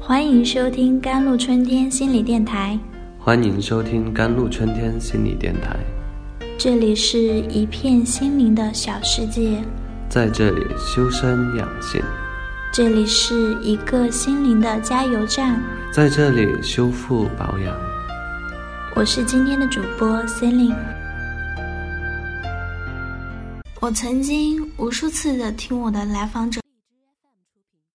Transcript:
欢迎收听甘露春天心理电台，欢迎收听甘露春天心理电台，这里是一片心灵的小世界，在这里修身养性，这里是一个心灵的加油站。在这里修复保养。我是今天的主播 Celine。我曾经无数次的听我的来访者